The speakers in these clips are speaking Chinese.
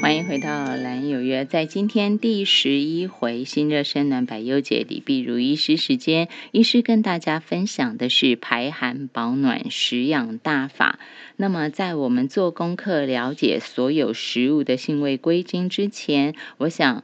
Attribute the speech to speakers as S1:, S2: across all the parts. S1: 欢迎回到蓝有约，在今天第十一回新热身暖百优解李碧如医师时间，医师跟大家分享的是排寒保暖食养大法。那么，在我们做功课了解所有食物的性味归经之前，我想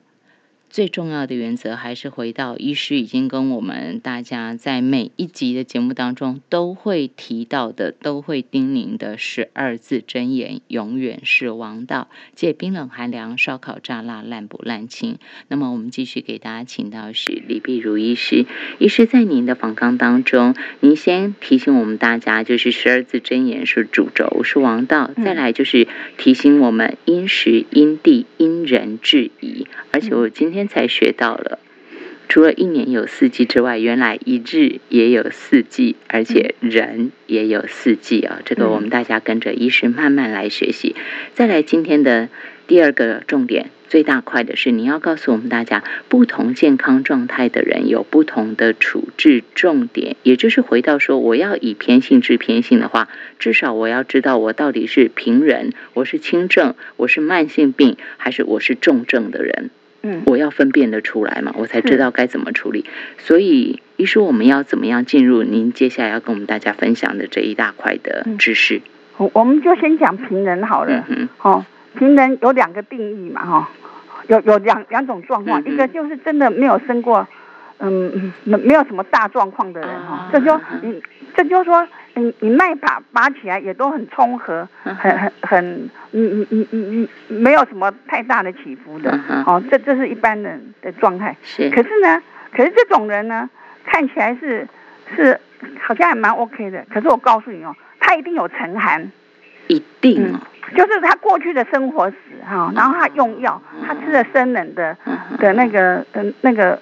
S1: 最重要的原则还是回到医师已经跟我们大家在每一集的节目当中都会提到的、都会叮咛的十二字真言：永远是王道。借冰冷寒凉，烧烤炸辣，烂不烂清。那么我们继续给大家请到是李碧如医师。医师在您的访纲当中，您先提醒我们大家，就是十二字真言是主轴，是王道。
S2: 嗯
S1: 再来就是提醒我们因时、因地、因人制宜。而且我今天才学到了，除了一年有四季之外，原来一日也有四季，而且人也有四季啊、这个我们大家跟着医师慢慢来学习。再来今天的第二个重点，最大块的是你要告诉我们大家，不同健康状态的人有不同的处置重点，也就是回到说，我要以偏性治偏性的话，至少我要知道我到底是平人，我是轻症，我是慢性病，还是我是重症的人。
S2: 嗯
S1: 我要分辨得出来嘛，我才知道该怎么处理。所以，医师，我们要怎么样进入您接下来要跟我们大家分享的这一大块的
S2: 嗯
S1: 知识？
S2: 我我们就先讲平人好
S1: 嗯
S2: 了，
S1: 哼，
S2: 哦，平人有两个定义嘛，哈、有有两两种状况，
S1: 嗯嗯
S2: 一个就是真的没有生过，嗯，没没有什么大状况的人
S1: 啊
S2: 哈、这就
S1: 嗯
S2: 你这就说嗯你你脉把拔起来也都很冲和，
S1: 嗯
S2: 很很很，嗯嗯嗯嗯嗯，没有什么太大的起伏的
S1: 嗯，哼
S2: 哦，这这是一般人的状态。
S1: 是，
S2: 可是呢，可是这种人呢，看起来是是好像还蛮 OK 的。可是我告诉你哦，他一定有沉寒，
S1: 一定哦，
S2: 就是他过去的生活史哈、然后他用药，他吃了生冷的
S1: 嗯哼
S2: 的那个嗯那个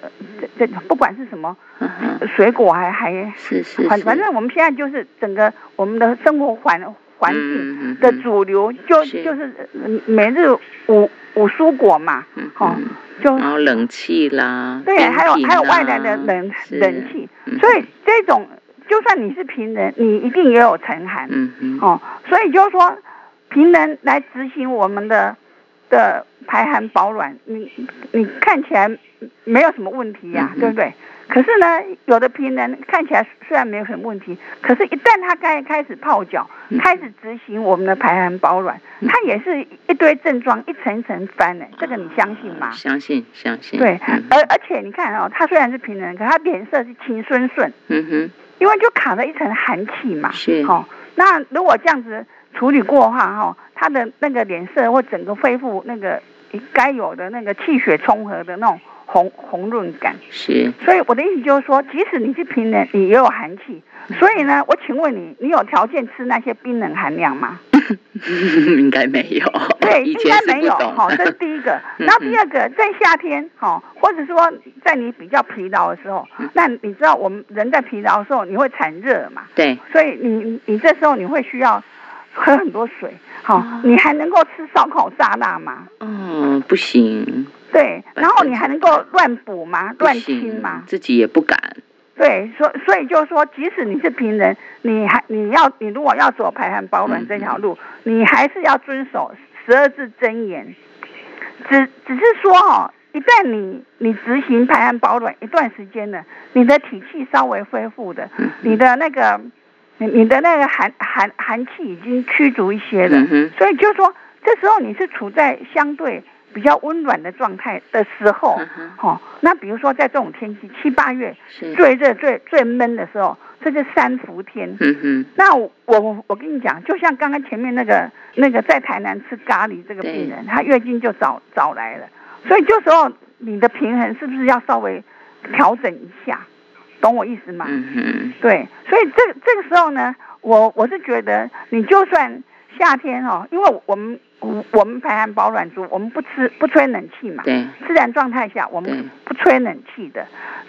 S2: 这这不管是什么
S1: 嗯哼
S2: 水果还还
S1: 是是是，
S2: 反反正我们现在就是整个我们的生活环环境
S1: 嗯
S2: 的主流就是就是嗯每日五五蔬果嘛，
S1: 嗯哼
S2: 哦
S1: 嗯
S2: 就
S1: 哼然后冷气啦，
S2: 对，
S1: 冰
S2: 还有
S1: 品
S2: 还有外
S1: 啦
S2: 来的冷
S1: 是
S2: 冷气，
S1: 嗯哼
S2: 所以这种就算你是平人，你一定也有沉寒、
S1: 嗯哼，
S2: 哦。所以就是说，平人来执行我们的的排寒保暖，你你看起来没有什么问题呀、
S1: 嗯哼
S2: 对不对？可是呢，有的平人看起来虽然没有什么问题，可是一旦他开开始泡脚
S1: 嗯，
S2: 开始执行我们的排寒保暖，
S1: 嗯
S2: 他也是一堆症状一层一层翻呢、这个你相信吗？
S1: 相信相信，
S2: 对
S1: 嗯，
S2: 而而且你看哦，他虽然是平人，可他脸色是青顺顺，
S1: 嗯
S2: 因为就卡了一层寒气嘛。
S1: 是
S2: 哦，那如果这样子处理过的话，哈、哦，他的那个脸色会整个恢复那个该有的那个气血充和的那种红红润感。
S1: 哼，是，
S2: 所以我的意思就是说，即使你是平人，你也有寒气。所以呢，我请问你，你有条件吃那些冰冷寒凉吗？
S1: 应该没有，
S2: 对，
S1: 以
S2: 应
S1: 前
S2: 该
S1: 是
S2: 没
S1: 不
S2: 有
S1: 懂
S2: 哈、哦，这是第一个。
S1: 嗯
S2: 然后第二个，在夏天哈、哦，或者说在你比较疲劳的时候
S1: 嗯，
S2: 那你知道我们人在疲劳的时候，你会产热嘛，
S1: 对，
S2: 所以你你这时候你会需要喝很多水，好、
S1: 啊
S2: 你还能够吃烧烤炸辣吗？
S1: 哦，不行，
S2: 对，
S1: 本身
S2: 然后你还能够乱补吗？
S1: 不
S2: 乱
S1: 行
S2: 清吗？
S1: 自己也不敢，
S2: 对，所所以就是说，即使你是平人，你还你要你如果要走排寒保暖这条路，
S1: 嗯
S2: 你还是要遵守十二字真言。只只是说哦，一旦你你执行排寒保暖一段时间了，你的体气稍微恢复的，
S1: 嗯
S2: 你的那个你你的那个寒寒寒气已经驱逐一些了，
S1: 嗯哼，
S2: 所以就是说这时候你是处在相对比较温暖的状态的时候。
S1: 嗯哼，
S2: 哦，那比如说在这种天气，七八月
S1: 是，
S2: 最热、最最闷的时候，这是三伏天。
S1: 嗯
S2: 那我我我跟你讲，就像刚刚前面那个那个在台南吃咖喱这个
S1: 对
S2: 病人，他月经就早早来了，所以这时候你的平衡是不是要稍微调整一下？懂我意思吗？
S1: 哼，嗯
S2: 对，所以这这个时候呢，我我是觉得你就算夏天哦，因为我们我我们排寒保暖族，我们不吃不吹冷气嘛
S1: 哼，，对
S2: 自然状态下，我
S1: 对嗯
S2: 们不吹冷气的。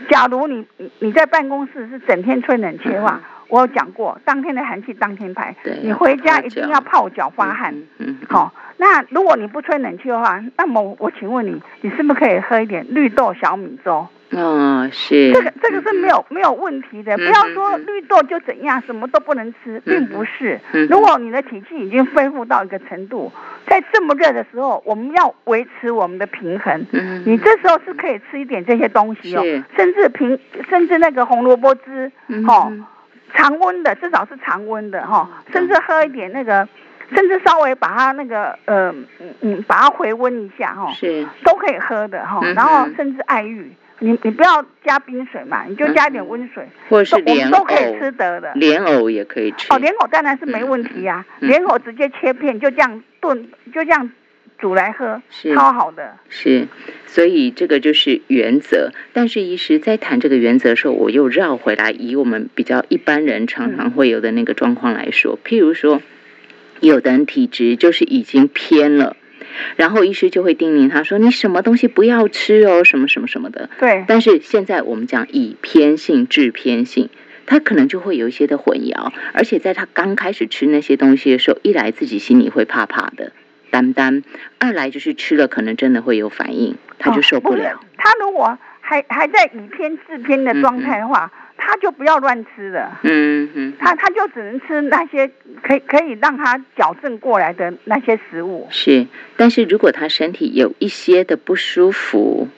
S2: 假如你你你在办公室是整天吹冷气的话，我有讲过，当天的寒气当天排
S1: 对，
S2: 你
S1: 要
S2: 回家
S1: 泡
S2: 一定
S1: 脚
S2: 要泡脚发汗。
S1: 嗯嗯，
S2: 好、那如果你不吹冷气的话，那么我我请问你，你是不是可以喝一点绿豆小米粥？
S1: 嗯，哦，是
S2: 这个这个是没有没有问题
S1: 嗯
S2: 的，不
S1: 嗯
S2: 要说绿豆就怎样，什么都不能吃，并不是
S1: 嗯嗯。
S2: 如果你的体气已经恢复到一个程度，在这么热的时候，我们要维持我们的平衡。
S1: 嗯，
S2: 你这时候是可以吃一点这些东西哦
S1: 是，
S2: 甚至平甚至那个红萝卜汁，
S1: 嗯
S2: 哦
S1: 嗯，
S2: 常温的，至少是常温的哈、哦
S1: 嗯，
S2: 甚至喝一点那个，甚至稍微把它那个呃嗯嗯把它回温一下哈、哦，
S1: 是
S2: 都可以喝的哈、哦
S1: 嗯哼
S2: 然后甚至爱玉，你你不要加冰水嘛，你就加一点温水，
S1: 或嗯是
S2: 都我
S1: 莲
S2: 们
S1: 藕
S2: 都可以吃得的。
S1: 莲藕也可以吃
S2: 哦，莲藕当然是没问题呀、
S1: 嗯嗯
S2: 莲藕直接切片就这样炖，就这样煮来喝，
S1: 是
S2: 超好的。
S1: 是，所以这个就是原则。但是，医师在谈这个原则的时候，我又绕回来，以我们比较一般人常常会有的那个状况来说，譬如说，有的人体质就是已经偏了，然后医师就会叮咛他说：“你什么东西不要吃哦，什么什么什么的。”
S2: 对，
S1: 但是现在我们讲以偏性治偏性，他可能就会有一些的混淆，而且在他刚开始吃那些东西的时候，一来自己心里会怕怕的担担，二来就是吃了可能真的会有反应，他就受
S2: 哦不是
S1: 了。
S2: 他如果还还在以偏制偏的状态的话，他就不要乱吃了。
S1: 嗯嗯，
S2: 他他就只能吃那些可以可以让他矫正过来的那些食物，
S1: 是。但是如果他身体有一些的不舒服，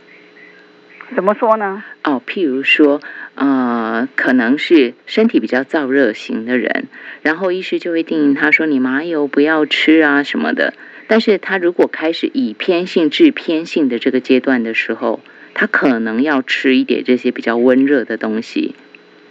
S2: 怎么说呢？
S1: 哦，譬如说，呃，可能是身体比较燥热型的人，然后医师就会叮咛他说：“你麻油不要吃啊什么的。”但是他如果开始以偏性治偏性的这个阶段的时候，他可能要吃一点这些比较温热的东西。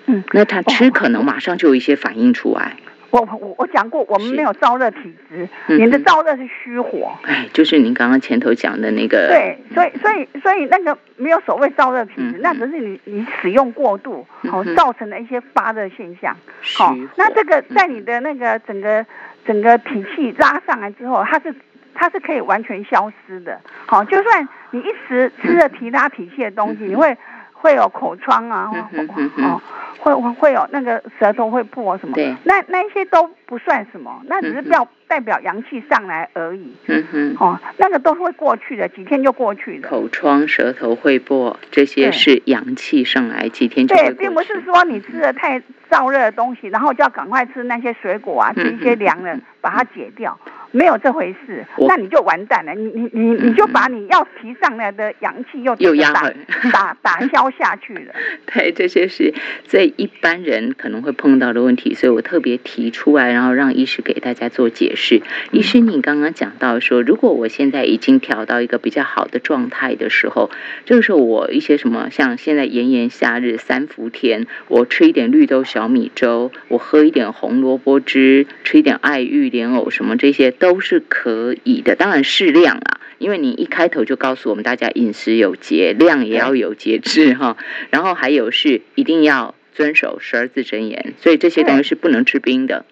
S2: 嗯，
S1: 那他吃
S2: 哦
S1: 可能马上就有一些反应出来。
S2: 我我我讲过，我们
S1: 是
S2: 没有燥热体质，
S1: 嗯
S2: 你的
S1: 嗯
S2: 燥热是虚火，
S1: 哎，就是您刚刚前头讲的那个，
S2: 对，所以所以所以那个没有所谓燥热体质，
S1: 嗯
S2: 那只是你你使用过度，
S1: 嗯
S2: 哦
S1: 哼
S2: 造成了一些发热现象。
S1: 虚
S2: 好
S1: 火，，
S2: 那这个
S1: 嗯
S2: 在你的那个整个整个体系拉上来之后，它是它是可以完全消失的。好，就算你一时吃了提拉体系的东西，你会会有口疮啊，
S1: 嗯哼嗯哼
S2: 哦，会会会有那个舌头会破什么
S1: 对，
S2: 那那一些都不算什么，那只是
S1: 嗯哼
S2: 表代表阳气上来而已。
S1: 嗯哼，
S2: 哦，那个都会过去的，几天就过去的。
S1: 口疮、舌头会破，这些
S2: 对
S1: 是阳气上来，几天就
S2: 对，
S1: 会过去。
S2: 并不是说你吃了太燥热的东西，然后就要赶快吃那些水果啊，
S1: 嗯
S2: 吃一些凉的
S1: 嗯，
S2: 把它解掉，没有这回事，
S1: 我
S2: 那你就完蛋了，你你你
S1: 嗯
S2: 你就把你要提上来的阳气又
S1: 又压
S2: 打
S1: 回。
S2: 打打消下去了。
S1: 对，这些是在一般人可能会碰到的问题，所以我特别提出来，然后让医师给大家做解释。医师，你刚刚讲到说，如果我现在已经调到一个比较好的状态的时候，这个时候我一些什么，像现在炎炎夏日三伏天，我吃一点绿豆小米粥，我喝一点红萝卜汁，吃一点爱玉莲藕什么，这些都是可以的，当然适量啦。因为你一开头就告诉我们大家饮食有节，量也要有节制哈。然后还有是一定要遵守十二字真言，所以这些东西是不能吃冰的。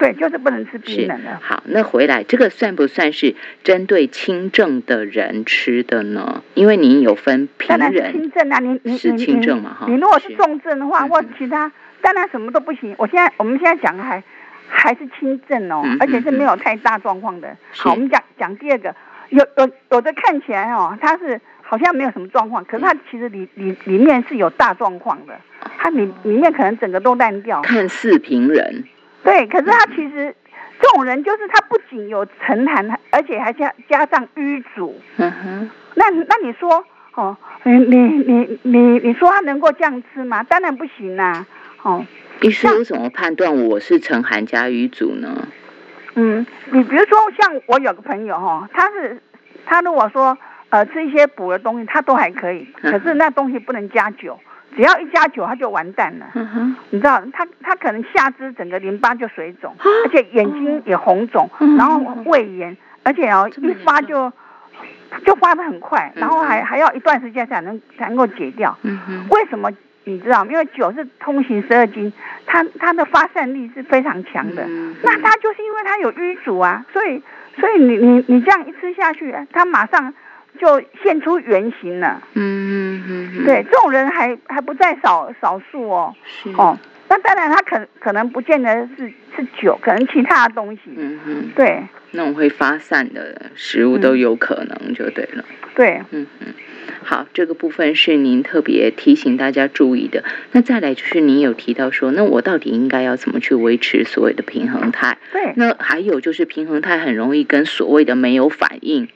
S2: 对，就是不能吃
S1: 是
S2: 冰冷的。
S1: 好，那回来这个算不算是针对轻症的人吃的呢？因为你有分平
S2: 当然是
S1: 人，
S2: 轻症啊，你你
S1: 是
S2: 你
S1: 轻
S2: 你
S1: 症嘛哈
S2: 你如果是
S1: 是
S2: 重症的话，
S1: 嗯
S2: 或
S1: 嗯
S2: 其他，当然什么都不行。我现在我们现在讲的还还是轻症哦
S1: 嗯嗯，
S2: 而且是没有太大状况的。
S1: 是
S2: 好，我们讲讲第二个，有有有的看起来哦，他是好像没有什么状况，可
S1: 嗯
S2: 是他其实里里里面是有大状况的，他里里面可能整个都烂掉。
S1: 看似平人，
S2: 对，可是他其实这种人就是他不仅有沉痰，而且还加加上淤阻。
S1: 嗯哼，
S2: 那那你说，哦，你你你你你说他能够这样吃吗？当然不行啦、哦，
S1: 医师我怎么判断我是成寒加瘀组呢？
S2: 嗯，你比如说像我有个朋友哦，他是他如果说呃吃一些补的东西，他都还可 以，
S1: 嗯
S2: 可是那东西不能加酒，只要一加酒他就完 蛋了。
S1: 嗯哼，
S2: 你知道，他他可能下肢整个淋巴就水肿，
S1: 啊
S2: 而且眼睛也红肿，
S1: 嗯
S2: 然后胃炎，而且哦
S1: 这么
S2: 一
S1: 严重
S2: 发就就发的很快，
S1: 嗯
S2: 然后还还要一段时间才能才能够解掉。
S1: 嗯哼，
S2: 为什么你知道吗？因为酒是通行十二经，它它的发散力是非常强的。
S1: 嗯
S2: 那它就是因为它有淤阻啊，所以所以你你你这样一吃下去，哎它马上就现出原形了。
S1: 嗯嗯嗯，
S2: 对，这种人还还不在少少数哦。
S1: 是
S2: 哦，那当然，它可可能不见得是是酒，可能其他的东西。
S1: 嗯哼，
S2: 对
S1: 那种会发散的食物都有可能就对了。
S2: 对，
S1: 嗯嗯，好，这个部分是您特别提醒大家注意的。那再来就是您有提到说，那我到底应该要怎么去维持所谓的平衡态？
S2: 对
S1: 那还有就是平衡态很容易跟所谓的没有反应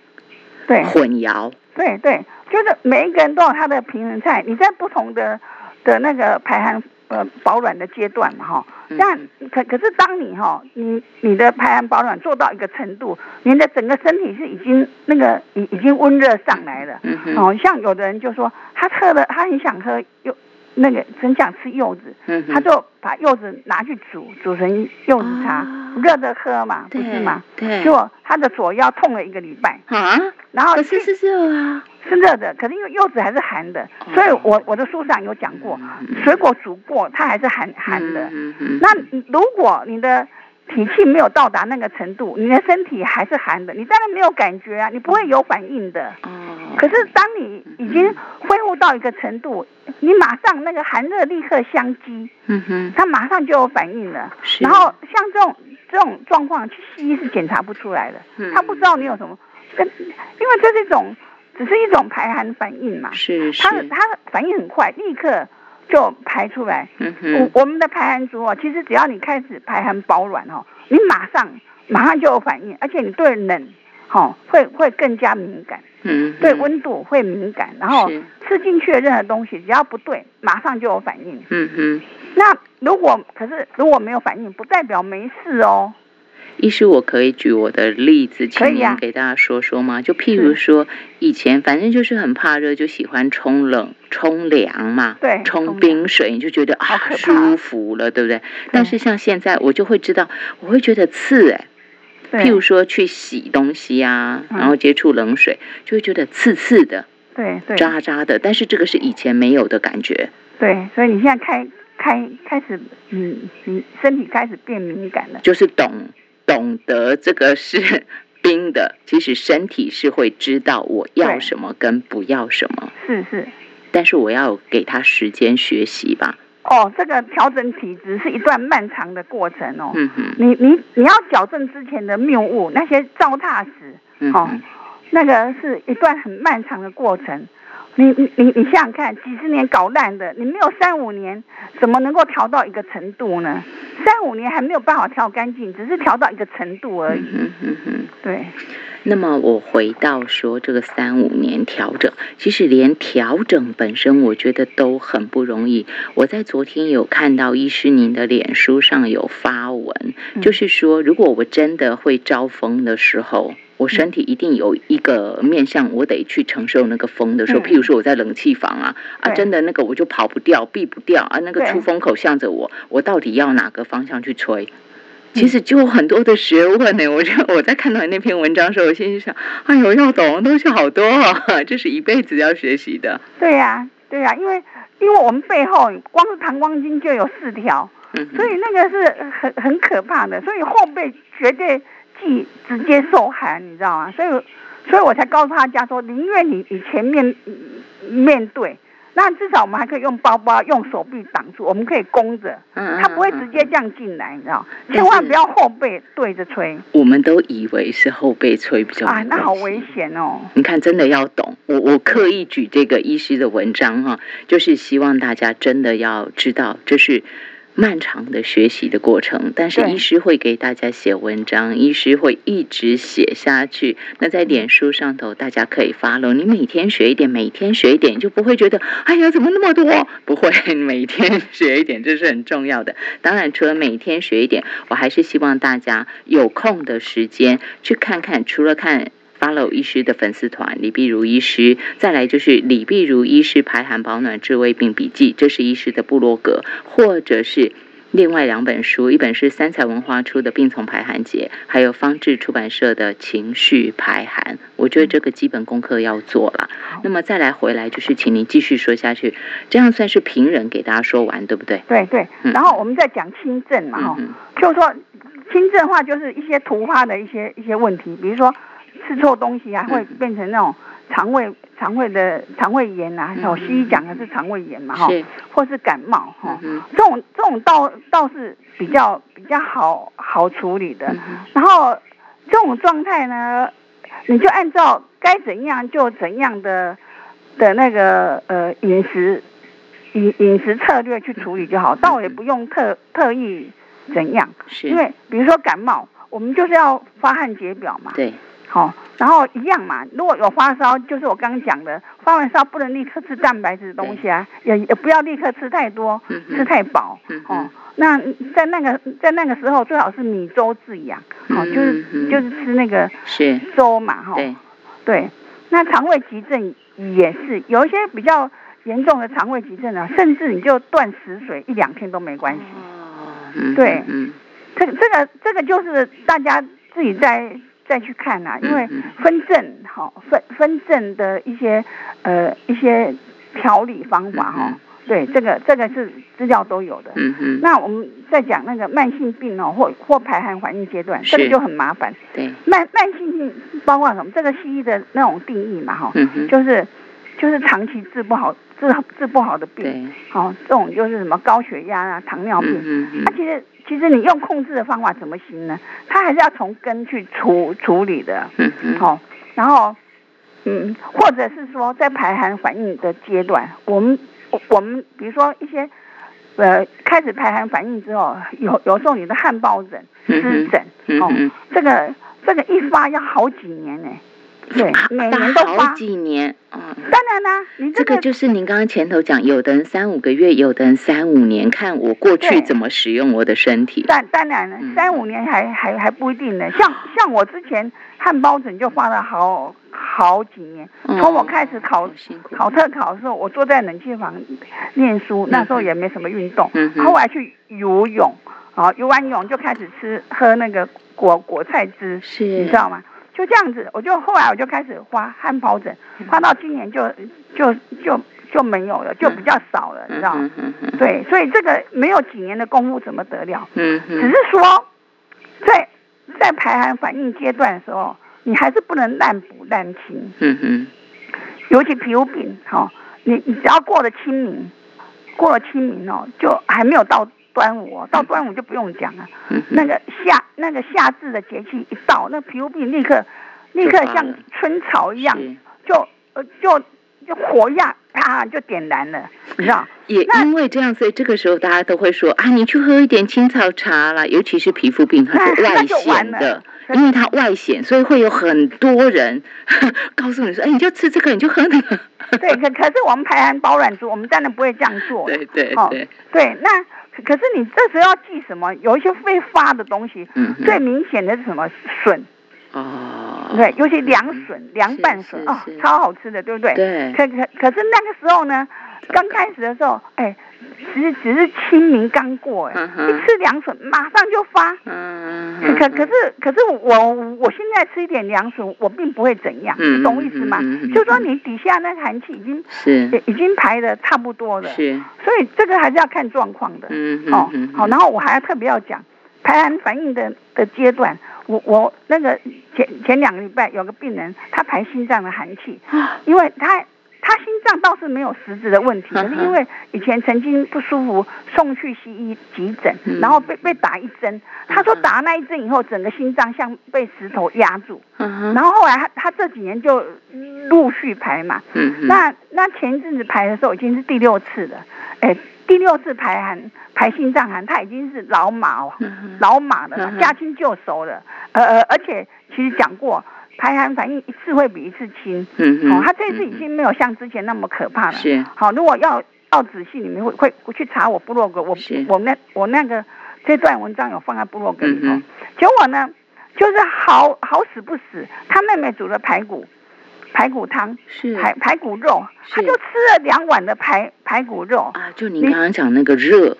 S2: 对
S1: 混淆。
S2: 对对，就是每一个人都有他的平衡菜，你在不同的的那个排寒呃保暖的阶段嘛哈。
S1: 嗯
S2: 但可可是当你哈、你你的排寒保暖做到一个程度，你的整个身体是已经那个已已经温热上来了。
S1: 嗯哼，
S2: 哦，像有的人就说他喝了，他很想喝柚，那个很想吃柚子，
S1: 嗯哼，
S2: 他就把柚子拿去煮，煮成柚子茶，
S1: 啊
S2: 热的喝嘛，不
S1: 对
S2: 是吗？？
S1: 对
S2: 结，果他的左腰痛了一个礼拜，
S1: 啊，
S2: 然后
S1: 可是是热啊。
S2: 是热的，可是因为柚子还是寒的，
S1: 哦
S2: 所以我我的书上有讲过，水果煮过它还是寒寒的。
S1: 嗯嗯嗯
S2: 那如果你的体气没有到达那个程度，你的身体还是寒的，你当然没有感觉啊，你不会有反应的。
S1: 哦，
S2: 可是当你已
S1: 嗯
S2: 经恢复到一个程度，你马上那个寒热立刻相激，
S1: 嗯哼，
S2: 它马上就有反应了。
S1: 是
S2: 然后像这种这种状况，去西医是检查不出来的，
S1: 嗯
S2: 他不知道你有什么跟，因为这是一种只是一种排寒反应嘛，
S1: 是是
S2: 他，的他的反应很快，立刻就排出来。
S1: 嗯哼，
S2: 我我们的排寒族哦，其实只要你开始排寒保暖哦，你马上马上就有反应，而且你对冷。哦，会会更加敏感，
S1: 嗯哼，
S2: 对温度会敏感，然后
S1: 是
S2: 吃进去的任何东西只要不对，马上就有反应。
S1: 嗯哼。
S2: 那如果可是如果没有反应，不代表没事哦。
S1: 医师，我可以举我的例子，
S2: 可
S1: 请
S2: 以
S1: 您
S2: 啊
S1: 给大家说说吗？就譬如说，以前反正就是很怕热，就喜欢冲冷、冲凉嘛，
S2: 对
S1: 冲
S2: 冲
S1: 冰水，你就觉得
S2: 好
S1: 啊
S2: 可怕
S1: 舒服了，对不对？但是像现在，我就会知道，我会觉得刺哎、
S2: 对
S1: 譬如说去洗东西啊，
S2: 嗯
S1: 然后接触冷水，就会觉得刺刺的、
S2: 对对
S1: 扎扎的，但是这个是以前没有的感觉。
S2: 对，所以你现在开开开始，嗯，你身体开始变敏感了。
S1: 就是懂懂得这个是冰的， 其实身体是会知道我要
S2: 对
S1: 什么跟不要什么，
S2: 是是，
S1: 但是我要给他时间学习吧。
S2: 哦，这个调整体质是一段漫长的过程哦。
S1: 嗯哼，
S2: 你你你要矫正之前的谬误，那些糟蹋史，
S1: 嗯
S2: 哦
S1: 哼，
S2: 那个是一段很漫长的过程。你你你你想想看，几十年搞烂的，你没有三五年，怎么能够调到一个程度呢？三五年还没有办法调干净，只是调到一个程度而
S1: 嗯
S2: 已。
S1: 哼嗯哼。
S2: 对，
S1: 那么我回到说这个三五年调整，其实连调整本身，我觉得都很不容易。我在昨天有看到医师您的脸书上有发文，
S2: 嗯
S1: 就是说，如果我真的会招风的时候。我
S2: 嗯
S1: 身体一定有一个面向，我得去承受那个风的时候。
S2: 嗯
S1: 譬如说我在冷气房啊，啊，
S2: 对
S1: 真的那个我就跑不掉、避不掉啊，那个
S2: 对嗯
S1: 出风口向着我，我到底要哪个方向去吹？其实就有很多的学问呢。我觉得我在看到你那篇文章的时候，我心里想，哎呦，要懂的东西好多、哦， 这是一辈子要学习的。
S2: 对呀、对呀、因为因为我们背后光是膀胱经就有四条，
S1: 嗯哼，
S2: 所以那个是很很可怕的，所以后背绝对既直接受寒，你知道吗？所以所以我才告诉大家说，宁愿你你前面嗯面对，那至少我们还可以用包包、用手臂挡住，我们可以弓着，
S1: 嗯
S2: 它不会直接
S1: 嗯嗯嗯
S2: 这样进来，你知道？
S1: 但是
S2: 千万不要后背对着吹
S1: 嗯我们都以为是后背吹比较
S2: 啊，
S1: 没
S2: 那好
S1: 关系
S2: 危险哦。
S1: 你看，真的要懂。我我刻意举这个医师的文章哈、就是希望大家真的要知道，这是漫长的学习的过程。但是
S2: 对
S1: 医师会给大家写文章，医师会一直写下去。那在脸书上头，大家可以 follow。你每天学一点，每天学一点，你就不会觉得哎呀怎么那么多？不会， 每天学一点，这是很重要的。当然，除了每天学一点，我还是希望大家有空的时间去看看，除了看。follow 医师的粉丝团，李碧如医师，再来就是李碧如医师排寒保暖治胃病笔记，这是医师的部落格，或者是另外两本书，一本是三彩文化出的《病从排寒节》，还有方志出版社的《情绪排寒》。我觉得这个基本功课要做了。那么再来回来就是，请您继续说下去，这样算是平人给大家说完，对不对？
S2: 对对，
S1: 嗯
S2: 然后我们再讲轻症嘛，哈、
S1: 嗯
S2: 就是说，轻症的话就是一些突发的一些一些问题，比如说吃错东西啊，
S1: 嗯
S2: 会变成那种肠胃肠胃的肠胃炎啊，
S1: 嗯
S2: 哦，西医讲的是肠胃炎嘛哈，
S1: 是，
S2: 或是感冒哈
S1: 嗯，哼，
S2: 这种这种倒倒是比较比较好好处理的。
S1: 嗯哼
S2: 然后这种状态呢，你就按照该怎样就怎样的的那个呃饮食饮饮食策略去处理就好，倒也不用特特意怎样，
S1: 是，
S2: 因为比如说感冒，我们就是要发汗解表嘛，
S1: 对，
S2: 好、然后一样嘛，如果有发烧，就是我刚讲的，发完烧不能立刻吃蛋白质的东西啊，也也不要立刻吃太多，
S1: 嗯
S2: 吃
S1: 哼，
S2: 太饱
S1: 嗯哼
S2: 哦。那在那个在那个时候，最好是米粥自养，哦，
S1: 嗯
S2: 就是
S1: 嗯
S2: 就是吃那个
S1: 是，
S2: 粥嘛，哈、
S1: 对，
S2: 对。那肠胃急症也是有一些比较严重的肠胃急症啊，甚至你就断食水一两天都没关系。
S1: 嗯
S2: 对
S1: 嗯
S2: 这个这个这个就是大家自己再再去看啦、
S1: 嗯
S2: 因为
S1: 嗯
S2: 分症哈、分分症的一些呃一些调理方法哈、
S1: 嗯嗯
S2: 对，这个这个是资料都有的。
S1: 嗯哼，
S2: 那我们再讲那个慢性病哦，或或排寒反应阶段，
S1: 是
S2: 这个就很麻烦。
S1: 对，
S2: 慢慢性病包括什么？这个西医的那种定义嘛，哈、
S1: 嗯哼，
S2: 就是就是长期治不好、治治不好的病，
S1: 对，
S2: 好、这种就是什么高血压啊、糖尿病，
S1: 嗯哼
S2: 那、其实其实你用控制的方法怎么行呢？它还是要从根去处处理的，
S1: 嗯哼，
S2: 好、然后嗯，或者是说在排寒反应的阶段，我们我我们比如说一些呃开始排寒反应之后，有有时候你的汗疱疹、
S1: 嗯
S2: 湿
S1: 哼
S2: 疹，
S1: 嗯
S2: 哦
S1: 哼，
S2: 这个这个一发要好几年呢、对，每年都
S1: 啊好
S2: 发。
S1: 几年，嗯。
S2: 当然啦、你
S1: 这
S2: 这
S1: 个
S2: 个
S1: 就是您刚刚前头讲，有的人三五个月，有的人三五年，看我过去
S2: 对
S1: 怎么使用我的身体。
S2: 当当然了
S1: 嗯，
S2: 三五年还还还不一定呢。像像我之前汉堡疹就发了好好几年，
S1: 嗯
S2: 从我开始考
S1: 好辛苦
S2: 考特考的时候，我坐在冷气房念书，那时候也没什么运动
S1: 嗯，哼
S2: 后来去游泳，啊，游完泳就开始吃喝那个果果菜汁，
S1: 是，
S2: 你知道吗？就这样子，我就后来我就开始花汗疱疹，
S1: 嗯
S2: 花到今年就就就就没有了，就比较少了，
S1: 嗯
S2: 你知道吗？
S1: 哼嗯哼
S2: 对，所以这个没有几年的功夫怎么得了？
S1: 嗯
S2: 只
S1: 哼
S2: 是说，在在排寒反应阶段的时候，你还是不能滥补滥清，
S1: 嗯哼，
S2: 尤其皮肤病，哈、你你只要过了清明，过了清明哦，就还没有到端午哦，到端午就不用讲了，
S1: 嗯哼
S2: 那个夏那个夏至的节气一到，那皮肤病立刻立刻像春草一样，
S1: 是
S2: 就呃就就火一样啪就点燃 了，你知道？
S1: 也
S2: 那
S1: 因为这样，所以这个时候大家都会说啊，你去喝一点青草茶啦，尤其是皮肤病，它
S2: 那
S1: 是外
S2: 那就完
S1: 显的
S2: 了。
S1: 因为它外显，所以会有很多人 告诉你说：“哎，你就吃这个，你就喝那个。
S2: 对，可可是我们排寒保暖族，我们当然不会这样”做。
S1: 对对
S2: 哦
S1: 对，
S2: 对，那可可是你这时候要记什么？有一些会发的东西，
S1: 嗯哼
S2: 最明显的是什么笋？
S1: 哦，
S2: 对，尤其凉笋、凉拌笋
S1: 是
S2: 哦
S1: 是，
S2: 超好吃的，对不对？
S1: 对
S2: 可可可是那个时候呢，刚开始的时候，哎，只是只是清明刚过，哎，
S1: 嗯哼
S2: 一吃凉笋马上就发。
S1: 嗯
S2: 可可可是可是我我现在吃一点凉笋，我并不会怎样，
S1: 嗯
S2: 你懂我意思吗？
S1: 嗯嗯嗯嗯
S2: 就说你底下那寒气已经
S1: 是
S2: 已已经排的差不多了，
S1: 是，
S2: 所以这个还是要看状况的。
S1: 嗯
S2: 哦
S1: 嗯，嗯
S2: 好，然后我还要特别要讲排寒反应的的阶段，我我那个前前两个礼拜有个病人，他排心脏的寒气，因为他他心脏倒是没有实质的问题，可是因 为以前曾经不舒服送去西医急诊
S1: 嗯，
S2: 然后被被打一针，他说打那一针以后，整个心脏像被石头压住，
S1: 嗯哼
S2: 然后后来他他这几年就陆续排嘛，
S1: 嗯哼
S2: 那那前一阵子排的时候已经是第六次了，哎，第六次排寒排心脏寒，他已经是老马哦，
S1: 嗯哼
S2: 老马了
S1: 嗯哼
S2: 嘛，驾轻就熟了。呃呃，而且其实讲过，排寒反应一次会比一次轻，
S1: 嗯哼
S2: 哦，他这次已
S1: 嗯
S2: 经没有像之前那么可怕
S1: 哼
S2: 了。
S1: 是
S2: 好，如果要要仔细，你们会会会去查我部落格，我
S1: 是
S2: 我那我那个这段文章有放在部落格里头。
S1: 嗯
S2: 结果呢，就是好好死不死，他妹妹煮的排骨排骨汤。
S1: 是
S2: 排排骨肉，
S1: 嗯是
S2: 他就吃了两碗的排排骨肉。
S1: 啊，就您
S2: 你
S1: 刚刚讲那个热，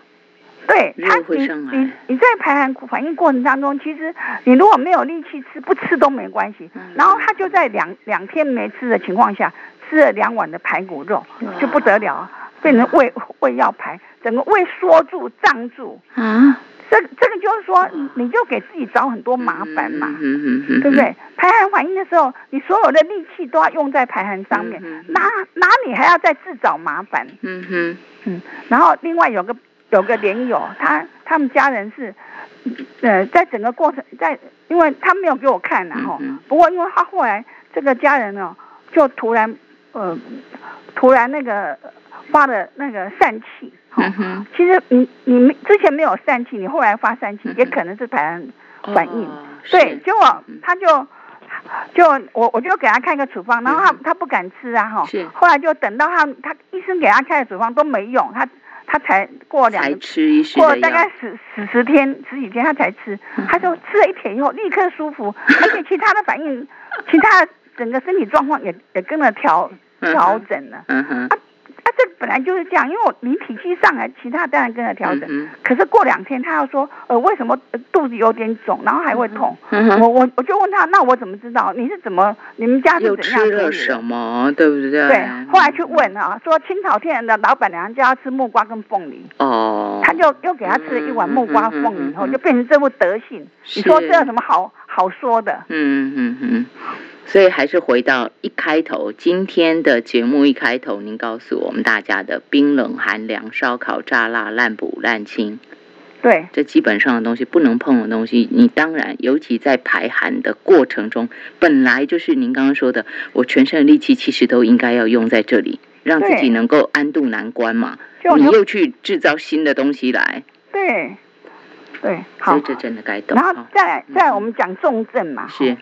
S2: 对
S1: 肉
S2: 他，
S1: 会
S2: 你
S1: 上来
S2: 你你在排寒反应过程当中，其实你如果没有力气吃，不吃都没关系
S1: 嗯。
S2: 然后他就在两两天没吃的情况下，吃了两碗的排骨肉，就不得了。啊变成胃胃要排，整个胃缩住胀住。
S1: 啊，
S2: 这个这个就是说，你你就给自己找很多麻烦嘛。
S1: 嗯嗯嗯，
S2: 对不对？排寒反应的时候，你所有的力气都要用在排寒上面
S1: 嗯，哼
S2: 哪哪里还要再自找麻烦？
S1: 嗯？嗯
S2: 嗯，然后另外有个有个连友，他他们家人是，呃，在整个过程在，因为他没有给我看然、后、
S1: 嗯哼
S2: 不过因为他后来这个家人哦，就突然呃，突然那个发了那个疝气，哈、
S1: 嗯哼
S2: 其实你你没之前没有疝气，你后来发疝气
S1: 嗯，哼
S2: 也可能是排寒
S1: 哼，
S2: 反应
S1: 哦
S2: 对，
S1: 是
S2: 结果
S1: 嗯
S2: 他就就我我就给他看一个处方，然后他
S1: 嗯
S2: 他不敢吃啊哈
S1: 是，
S2: 后来就等到他他医生给他开的处方都没用，他他才过两
S1: 才吃医师
S2: 过
S1: 的
S2: 了大
S1: 药
S2: 概，十十十天十几天他才吃，
S1: 嗯
S2: 他就吃了一片以后立刻舒 服，而且其他的反应，其他整个身体状况也也跟着调
S1: 嗯哼
S2: 调整了。
S1: 嗯哼，
S2: 啊，这本来就是这样，因为我你体积上来，其他当然跟着调整。
S1: 嗯
S2: 可是过两天他又说，呃，为什么呃肚子有点肿，然后还会痛？
S1: 嗯哼
S2: 我我我就问他，那我怎么知道？你是怎么？你们家是
S1: 又
S2: 怎样
S1: 吃了
S2: 处理的
S1: 什？么，对不对？
S2: 对，后来去问啊，说青草天然的老板娘叫他吃木瓜跟凤梨，
S1: 哦，嗯
S2: 他就又给他吃了一碗木瓜凤梨，以后就变成这副德性。你说
S1: 是
S2: 这有什么好好说的？
S1: 嗯嗯嗯，所以还是回到一开头，今天的节目一开头，您告诉我们大家的冰冷、寒凉、烧烤、炸辣、烂补、烂清，
S2: 对
S1: 这基本上的东西不能碰的东西，你当然，尤其在排寒的过程中，本来就是您刚刚说的，我全身的力气其实都应该要用在这里，让自己
S2: 对
S1: 能够安度难关嘛。
S2: 就
S1: 你
S2: 就
S1: 又去制造新的东西来，
S2: 对对
S1: 所
S2: 好
S1: 以。这真的该懂
S2: 然后
S1: 啊。
S2: 再来
S1: 嗯
S2: 再来我们讲重症嘛，
S1: 是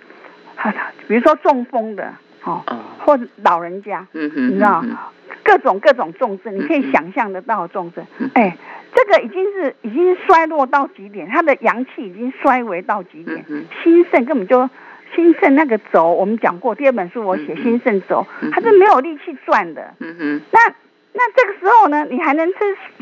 S2: 比如说中风的哦，
S1: 哦，
S2: 或者老人家，
S1: 嗯哼，
S2: 你知道
S1: 嗯哼
S2: 各种各种重症，你可
S1: 嗯嗯
S2: 以想象得到的重症
S1: 嗯。
S2: 哎，这个已经是已经衰落到极点，他的阳气已经衰微到极点，
S1: 嗯
S2: 心肾根本就心肾那个轴，我们讲过，第二本书我写
S1: 嗯嗯
S2: 心肾轴
S1: 嗯，
S2: 它是没有力气转的。
S1: 嗯哼，
S2: 那那这个时候呢，你还能吃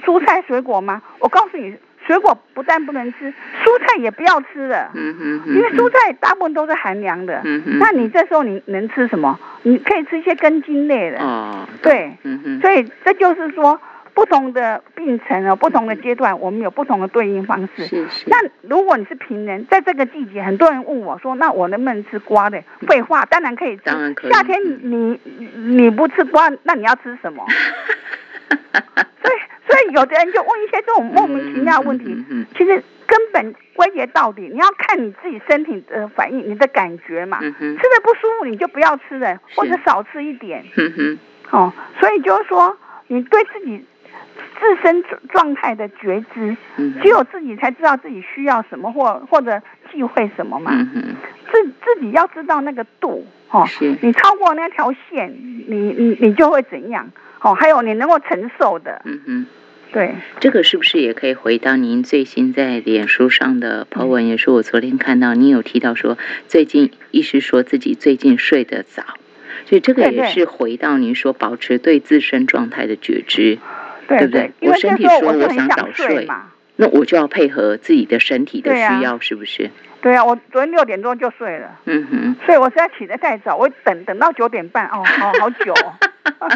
S2: 蔬菜水果吗？我告诉你，水果不但不能吃，蔬菜也不要吃了，
S1: 嗯哼，
S2: 因为
S1: 嗯哼
S2: 蔬菜大部分都是寒凉的。
S1: 嗯哼，
S2: 那你这时候你能吃什么？你可以吃一些根茎类的，
S1: 哦，
S2: 对。
S1: 嗯哼，
S2: 所以这就是说，不同的病程哦，不同的阶段，我们有不同的对应方式。
S1: 是是，
S2: 那 如果你是平人，在这个季节，很多人问我说：“那我能不能吃瓜的？”废话，当然可以吃。
S1: 当然可以
S2: 夏天你你不吃瓜，那你要吃什
S1: 嗯
S2: 么？所以，所以有的人就问一些这种莫名其妙的问题，
S1: 嗯嗯
S2: 其实根本归结到底，你要看你自己身体的反应，你的感觉嘛。
S1: 嗯哼
S2: 吃，的不舒服，你就不要吃了，
S1: 是
S2: 或者少吃一点。
S1: 嗯哼，
S2: 哦，所以就是说，你对自己自身状态的觉知，
S1: 嗯
S2: 只有自己才知道自己需要什么或或者忌讳什么嘛。
S1: 嗯哼，
S2: 自自己要知道那个度哦，
S1: 是
S2: 你超过那条线，你你你就会怎样哦？还有你能够承受的，
S1: 嗯哼，
S2: 对
S1: 这个是不是也可以回到您最新在脸书上的
S2: 嗯
S1: po 文？也是我昨天看到您有提到说，最近医师说自己最近睡得早。所以这个
S2: 对
S1: 也
S2: 对
S1: 是回到您说保持对自身状态的觉知，对
S2: 对
S1: 不对
S2: 因
S1: 我
S2: 为这
S1: 身体
S2: 时候
S1: 说我
S2: 我就很
S1: 想早
S2: 想
S1: 睡
S2: 睡嘛，
S1: 那我就要配合自己的身体的
S2: 对啊
S1: 需要，是不是？
S2: 对啊，我昨天六点多就睡了，
S1: 嗯哼。
S2: 所以我实在起得太早，我等等到九点半哦，好 好久、哦。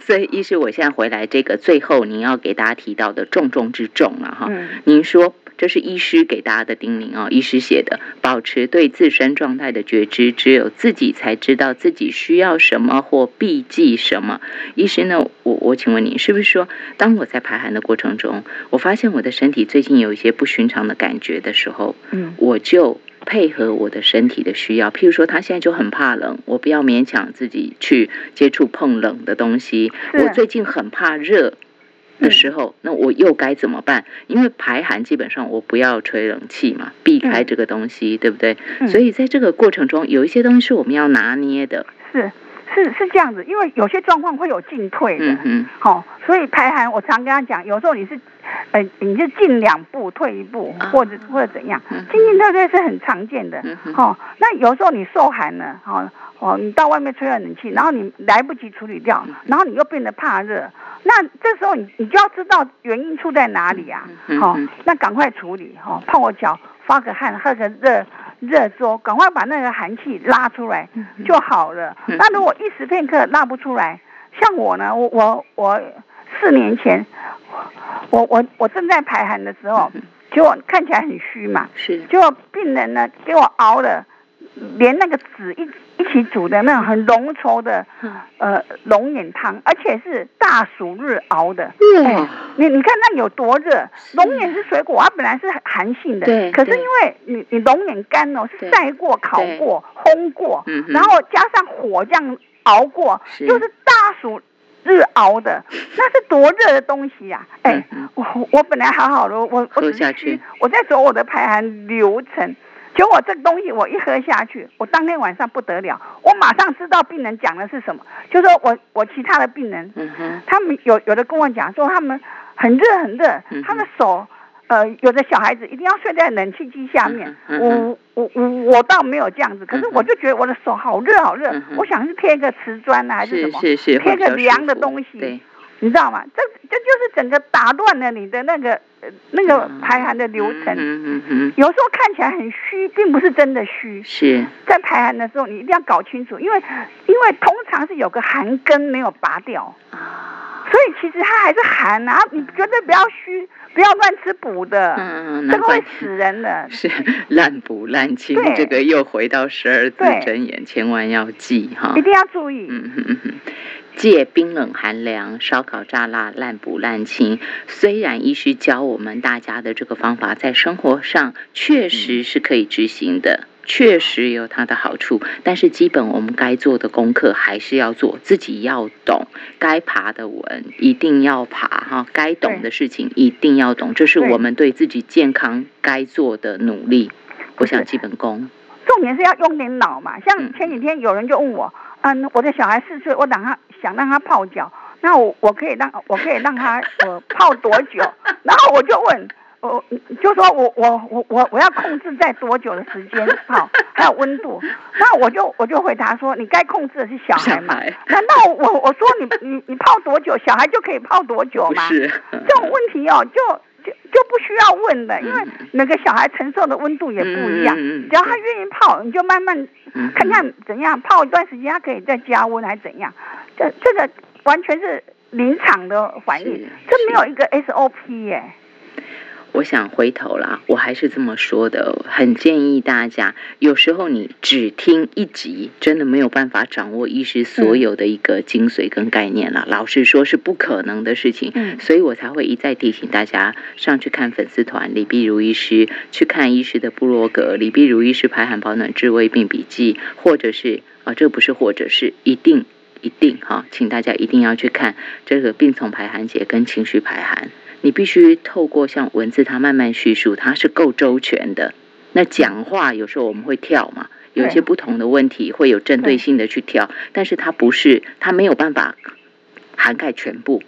S1: 所以，一是我现在回来这个最后您要给大家提到的重中之重了、哈。
S2: 嗯，
S1: 您说这是医师给大家的叮咛哦，医师写的，保持对自身状态的觉知，只有自己才知道自己需要什么或避忌什么。医师呢，我我请问你，是不是说，当我在排寒的过程中，我发现我的身体最近有一些不寻常的感觉的时候，
S2: 嗯，
S1: 我就配合我的身体的需要，譬如说他现在就很怕冷，我不要勉强自己去接触碰冷的东西。
S2: 是啊嗯
S1: 我最近很怕热的时候，那我又该怎么办？因为排寒基本上我不要吹冷气嘛，避开
S2: 嗯
S1: 这个东西，对不对？
S2: 嗯
S1: 所以在这个过程中，有一些东西是我们要拿捏的。
S2: 是是是这样子，因为有些状况会有进退的。
S1: 嗯哼，
S2: 好、所以排寒，我常跟他讲，有时候你是，呃，你是进两步退一步
S1: 啊，
S2: 或者或者怎样，
S1: 嗯
S2: 进进退退是很常见的
S1: 嗯哼。
S2: 哦，那有时候你受寒了，哦哦，你到外面吹了冷气，然后你来不及处理掉，
S1: 嗯
S2: 然后你又变得怕热，那这时候你你就要知道原因出在哪里啊
S1: 嗯，哼
S2: 好、
S1: 嗯
S2: 那赶快处理，哦，泡个脚，发个汗，喝个热热粥，赶快把那个寒气拉出来就好了。
S1: 嗯
S2: 那如果一时片刻拉不出来，像我呢，我我我四年前，我我我正在排寒的时候，
S1: 嗯
S2: 结果看起来很虚嘛，
S1: 是
S2: 结果病人呢给我熬了，连那个纸一一起煮的那种很浓稠的
S1: 嗯
S2: 呃龙眼汤，而且是大暑日熬的。哎
S1: 哇，
S2: 你你看那有多热？龙眼是水果，它啊本来是寒性的，
S1: 对
S2: 可是
S1: 对
S2: 因为你你龙眼干哦是
S1: 对
S2: 晒过、烤
S1: 对
S2: 过、烘过，
S1: 嗯哼
S2: 然后加上火这样熬过，
S1: 是
S2: 就是大暑日 熬的，那是多热的东西呀、哎、
S1: 嗯哼
S2: 我我本来好好的，我我
S1: 喝
S2: 只
S1: 下
S2: 是
S1: 去
S2: 虚，我在走我的排寒流程。结果这个东西我一喝下去，我当天晚上不得了，我马上知道病人讲的是什么，就说我我其他的病人，
S1: 嗯哼，
S2: 他们有有的跟我讲说他们很热很热
S1: 嗯哼，
S2: 他们手呃有的小孩子一定要睡在冷气机下面。
S1: 嗯哼嗯
S2: 我我我我倒没有这样子，可是
S1: 嗯哼
S2: 我就觉得我的手好热好热，
S1: 嗯哼
S2: 我想是贴一个瓷砖啊呢、还是什
S1: 是
S2: 么，
S1: 是是，
S2: 贴
S1: 会比较
S2: 个凉的
S1: 舒服
S2: 东西
S1: 对，
S2: 你知道吗？这这就是整个打乱了你的那个呃那个
S1: 嗯
S2: 排寒的流程。
S1: 嗯嗯嗯，
S2: 有时候看起来很虚，并不是真的虚。
S1: 是
S2: 在排寒的时候，你一定要搞清楚，因为因为通常是有个寒根没有拔掉，
S1: 啊，
S2: 所以其实它还是寒啊，你绝对不要虚，不要乱吃补的，
S1: 嗯，
S2: 这
S1: 难
S2: 个
S1: 怪
S2: 会
S1: 嗯
S2: 死人的。
S1: 是滥补滥清，
S2: 对
S1: 这个又回到十二字
S2: 对
S1: 真言，千万要记哈
S2: 一。定要注意。
S1: 嗯哼嗯哼，戒冰冷寒凉、烧烤炸辣、滥补滥清。虽然医师教我们大家的这个方法，在生活上确实是可以执行的。确实有它的好处，但是基本我们该做的功课还是要做，自己要懂，该爬的文一定要爬哈，该懂
S2: 对
S1: 的事情一定要懂，这是
S2: 对
S1: 我们对自己健康该做的努力。我
S2: 不是
S1: 想基本功，
S2: 重点是要用点脑嘛。
S1: 嗯
S2: 像前几天有人就问我，嗯，我的小孩四岁，我让他想让他泡脚，那我我可以让我可以让他呃泡多 久？然后我就问，我就说我我我我我要控制在多久的时间泡，还有温度。那我就我就回答说，你该控制的是小孩嘛
S1: 小孩？
S2: 难道我我说你你你泡多久，小孩就可以泡多久
S1: 不
S2: 吗？
S1: 是
S2: 这种问题哦，就就就不需要问的，因为
S1: 嗯
S2: 每个小孩承受的温度也不一样。
S1: 嗯嗯嗯嗯
S2: 只要他愿意泡，你就慢慢
S1: 嗯
S2: 看看怎样泡一段时间，他可以再加温还怎样。这这个完全是临场的反
S1: 是
S2: 应，这没有一个 SOP 耶、
S1: 我想回头啦，我还是这么说的，很建议大家，有时候你只听一集，真的没有办法掌握医师所
S2: 嗯
S1: 有的一个精髓跟概念啦。老实说，是不可能的事情。
S2: 嗯
S1: 所以我才会一再提醒大家上去看粉丝团李碧如医师，去看医师的部落格李碧如医师排寒保暖治胃病笔记，或者是啊，这不是或者是一定。一定哈，请大家一定要去看这个病从排寒节跟情绪排寒，你必须透过像文字，它慢慢叙述，它是够周全的。那讲话有时候我们会跳嘛，有一些
S2: 对
S1: 不同的问题会有针对性的去跳，但是它不是，它没有办法涵盖全部。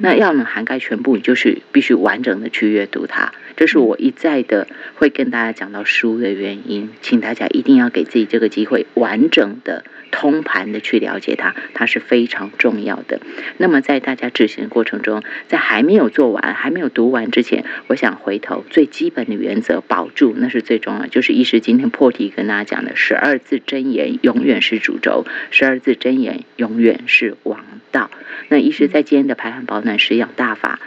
S1: 那要能涵盖全部，你就是必须完整的去阅读它。这是我一再的会跟大家讲到书的原因，请大家一定要给自己这个机会，完整的、通盘的去了解它，它是非常重要的。那么在大家执行的过程中，在还没有做完、还没有读完之前，我想回头最基本的原则保住，那是最重要的。就是医师今天破题跟大家讲的十二字真言，永远是主轴；十二字真言永远是王道。那医师在今天的排汗保暖食养大法。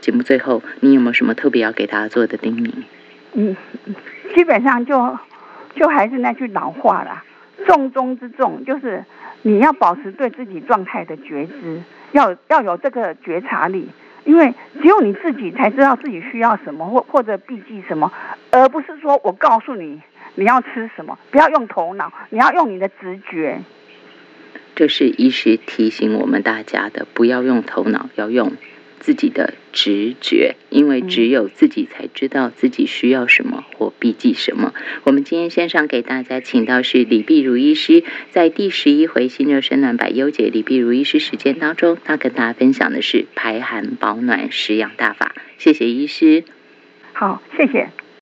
S1: 节目最后，你有没有什么特别要给大家做的叮咛？
S2: 嗯，基本上就就还是那句老话啦，重中之重就是你要保持对自己状态的觉知，要要有这个觉察力，因为只有你自己才知道自己需要什么或或者避忌什么，而不是说我告诉你你要吃什么，不要用头脑，你要用你的直觉。
S1: 这是医师提醒我们大家的，不要用头脑，要用自己的直觉，因为
S2: 嗯
S1: 只有自己才知道自己需要什么或避忌什么。我们今天线上给大家请到是李碧如医师，在第十一回新热身暖百优解李碧如医师实践当中，他跟大家分享的是排寒保暖食养大法。谢谢医师。
S2: 好，谢谢。